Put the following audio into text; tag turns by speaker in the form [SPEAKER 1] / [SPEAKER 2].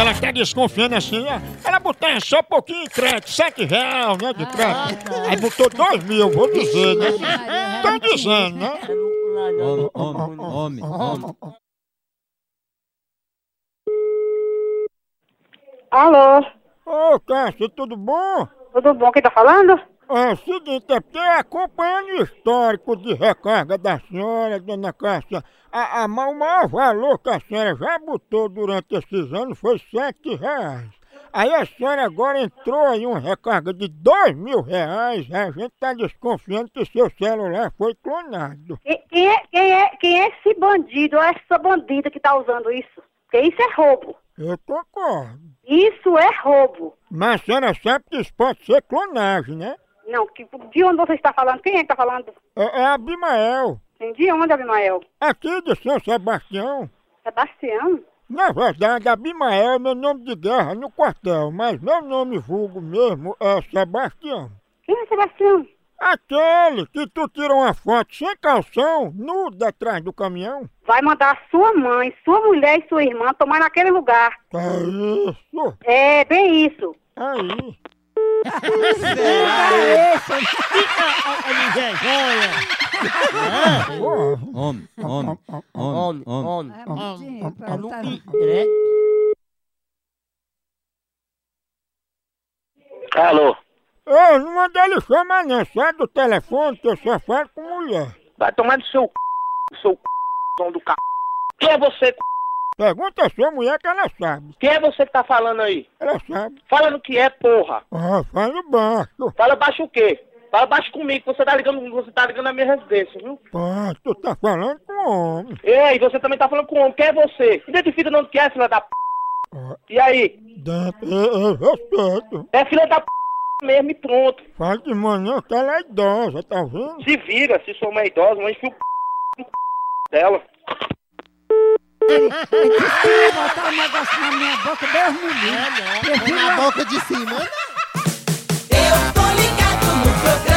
[SPEAKER 1] Ela tá desconfiando assim, ó. Ela botou só um pouquinho de crédito, 7 reais, né, de crédito. Aí botou 2 mil, vou dizer, né? Tô dizendo, né?
[SPEAKER 2] Homem, homem, homem, homem.
[SPEAKER 3] Alô,
[SPEAKER 1] Ô, Cássio, tudo bom?
[SPEAKER 3] tudo bom? Quem tá falando?
[SPEAKER 1] É o seguinte, é porque acompanhando o histórico de recarga da senhora, dona Cássia, a, a, ma- o maior valor que a senhora já botou durante esses anos foi 7 reais. Aí a senhora agora entrou em uma recarga de 2 mil reais, a gente tá desconfiando que seu celular foi clonado.
[SPEAKER 3] Quem, quem é, quem, é, quem é esse bandido ou essa bandida que tá usando isso? Porque isso é roubo.
[SPEAKER 1] Eu concordo.
[SPEAKER 3] Isso é roubo.
[SPEAKER 1] Mas a senhora sabe que isso pode ser clonagem, né?
[SPEAKER 3] Não, que- de onde você está falando? Quem é que tá falando?
[SPEAKER 1] É, é Abimael,
[SPEAKER 3] De onde, Abimael?
[SPEAKER 1] aqui de São Sebastião.
[SPEAKER 3] Sebastião?
[SPEAKER 1] Na verdade, Abimael é meu nome de guerra no quartel, mas meu nome vulgo mesmo é Sebastião.
[SPEAKER 3] Quem é Sebastião?
[SPEAKER 1] Aquele que tu tirou uma foto sem calção, nudo atrás do caminhão.
[SPEAKER 3] Vai mandar a sua mãe, sua mulher e sua irmã tomar naquele lugar.
[SPEAKER 1] Que isso? é
[SPEAKER 3] É, bem isso.
[SPEAKER 1] Aí. Porra.
[SPEAKER 2] Homem, homem, homem, homem.
[SPEAKER 4] Alô,
[SPEAKER 1] Ei, não manda ele chamar não, sai do telefone que eu só falo com mulher.
[SPEAKER 4] vai tomar no seu c... seu c... dono do c... Quem é você, c...
[SPEAKER 1] Pergunta a sua mulher que ela sabe.
[SPEAKER 4] Quem é você que tá falando aí?
[SPEAKER 1] Ela sabe.
[SPEAKER 4] Fala no que é, porra.
[SPEAKER 1] Ah, fala baixo.
[SPEAKER 4] Fala baixo o quê? Fala baixo comigo, que você tá ligando, você tá ligando na minha residência, viu?
[SPEAKER 1] Pô, tu tá falando com homem.
[SPEAKER 4] Ei, você também tá falando com o homem, quem é você? Identifica o nome que é, filha da p...
[SPEAKER 1] Ah,
[SPEAKER 4] E aí?
[SPEAKER 1] dentro, eu, eu é, respeito.
[SPEAKER 4] É filha da p... mesmo e pronto.
[SPEAKER 1] Fala de manhã que ela é idosa, tá vendo?
[SPEAKER 4] Se vira, se sou uma idosa, mas enfia o c... no c... dela.
[SPEAKER 5] botar um negócio na minha boca, Deus me livre.
[SPEAKER 6] Eu tô ligado no programa